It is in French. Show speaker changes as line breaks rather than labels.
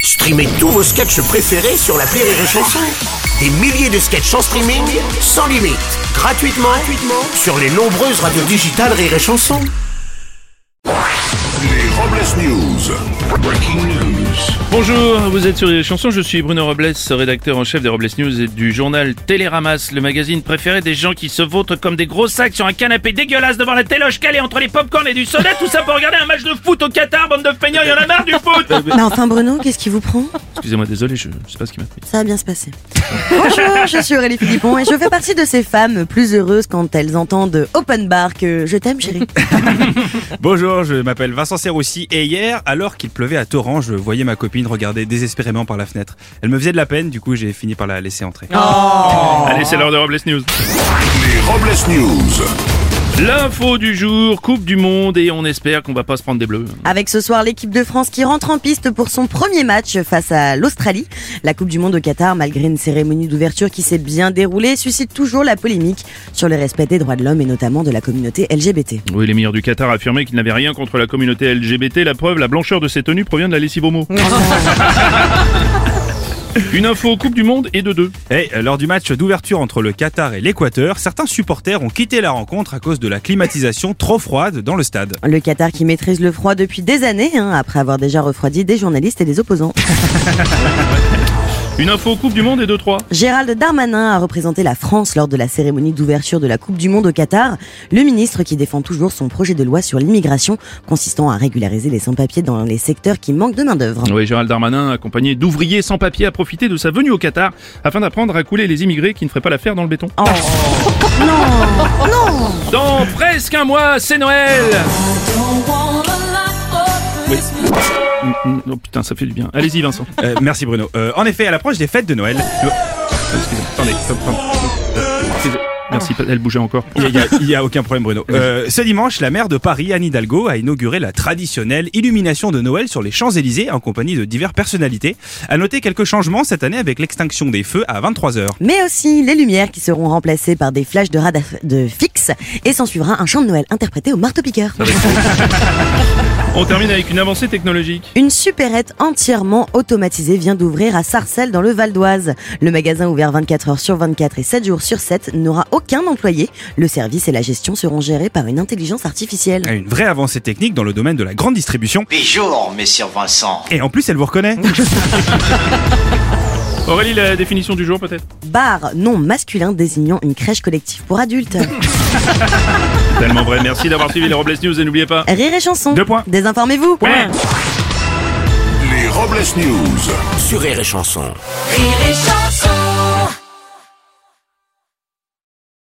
Streamez tous vos sketchs préférés sur la Rire et Chanson. Des milliers de sketchs en streaming, sans limite, gratuitement, gratuitement sur les nombreuses radios digitales Rire et Chanson.
Les Robles News. Breaking news.
Bonjour, vous êtes sur les chansons, je suis Bruno Robles, rédacteur en chef des Robles News et du journal Téléramas, le magazine préféré des gens qui se vautrent comme des gros sacs sur un canapé dégueulasse devant la téloche calée entre les popcorns et du soda, tout ça pour regarder un match de foot au Qatar, bande de feignants, y'en a marre du foot
Mais enfin Bruno, qu'est-ce qui vous prend
Euh, Excusez-moi, désolé, je sais pas ce qui m'a pris.
Ça va bien se passer. Bonjour, je suis Aurélie Philippon et je fais partie de ces femmes plus heureuses quand elles entendent open bar que je t'aime chérie.
Bonjour, je m'appelle Vincent Serroussi et hier, alors qu'il pleuvait à torrent, je voyais ma copine regarder désespérément par la fenêtre. Elle me faisait de la peine, du coup j'ai fini par la laisser entrer.
Allez, c'est l'heure de Robles News.
Les Robles News.
L'info du jour, Coupe du Monde et on espère qu'on va pas se prendre des bleus.
Avec ce soir l'équipe de France qui rentre en piste pour son premier match face à l'Australie. La Coupe du Monde au Qatar, malgré une cérémonie d'ouverture qui s'est bien déroulée, suscite toujours la polémique sur le respect des droits de l'homme et notamment de la communauté LGBT.
Oui, les meilleurs du Qatar affirmaient qu'ils n'avaient rien contre la communauté LGBT. La preuve, la blancheur de ses tenues provient de la lessive homo. Une info Coupe du Monde et de deux.
Et euh, lors du match d'ouverture entre le Qatar et l'Équateur, certains supporters ont quitté la rencontre à cause de la climatisation trop froide dans le stade.
Le Qatar qui maîtrise le froid depuis des années, hein, après avoir déjà refroidi des journalistes et des opposants.
Une info Coupe du Monde et de trois.
Gérald Darmanin a représenté la France lors de la cérémonie d'ouverture de la Coupe du Monde au Qatar. Le ministre qui défend toujours son projet de loi sur l'immigration, consistant à régulariser les sans-papiers dans les secteurs qui manquent de main-d'œuvre.
Oui, Gérald Darmanin, accompagné d'ouvriers sans papier, a profité de sa venue au Qatar afin d'apprendre à couler les immigrés qui ne feraient pas l'affaire dans le béton.
Oh. non, non.
Dans presque un mois, c'est Noël Mm, mm, Oh putain, ça fait du bien. Allez-y, Vincent.
Euh, merci Bruno. Euh, en effet, à l'approche des fêtes de Noël...
Euh, Excusez-moi. Attendez. hop, hop. Euh, excusez-moi. Merci, elle bougeait encore.
Il y a, il y a aucun problème, Bruno. Euh, ce dimanche, la maire de Paris, Anne Hidalgo, a inauguré la traditionnelle illumination de Noël sur les Champs-Élysées en compagnie de diverses personnalités. À noter quelques changements cette année avec l'extinction des feux à 23h.
Mais aussi les lumières qui seront remplacées par des flashs de radar de fixe et s'en suivra un chant de Noël interprété au marteau-piqueur.
On termine avec une avancée technologique.
Une supérette entièrement automatisée vient d'ouvrir à Sarcelles dans le Val d'Oise. Le magasin ouvert 24 heures sur 24 et 7 jours sur 7 n'aura aucun employé. Le service et la gestion seront gérés par une intelligence artificielle.
Une vraie avancée technique dans le domaine de la grande distribution.
Bonjour, monsieur Vincent.
Et en plus, elle vous reconnaît.
Aurélie, la définition du jour peut-être
Bar, nom masculin désignant une crèche collective pour adultes.
Tellement vrai. Merci d'avoir suivi les Robles News et n'oubliez pas.
Rire et chanson.
Deux points.
Désinformez-vous.
Les Robles News.
Sur Rire et Chanson.
Rire et chanson.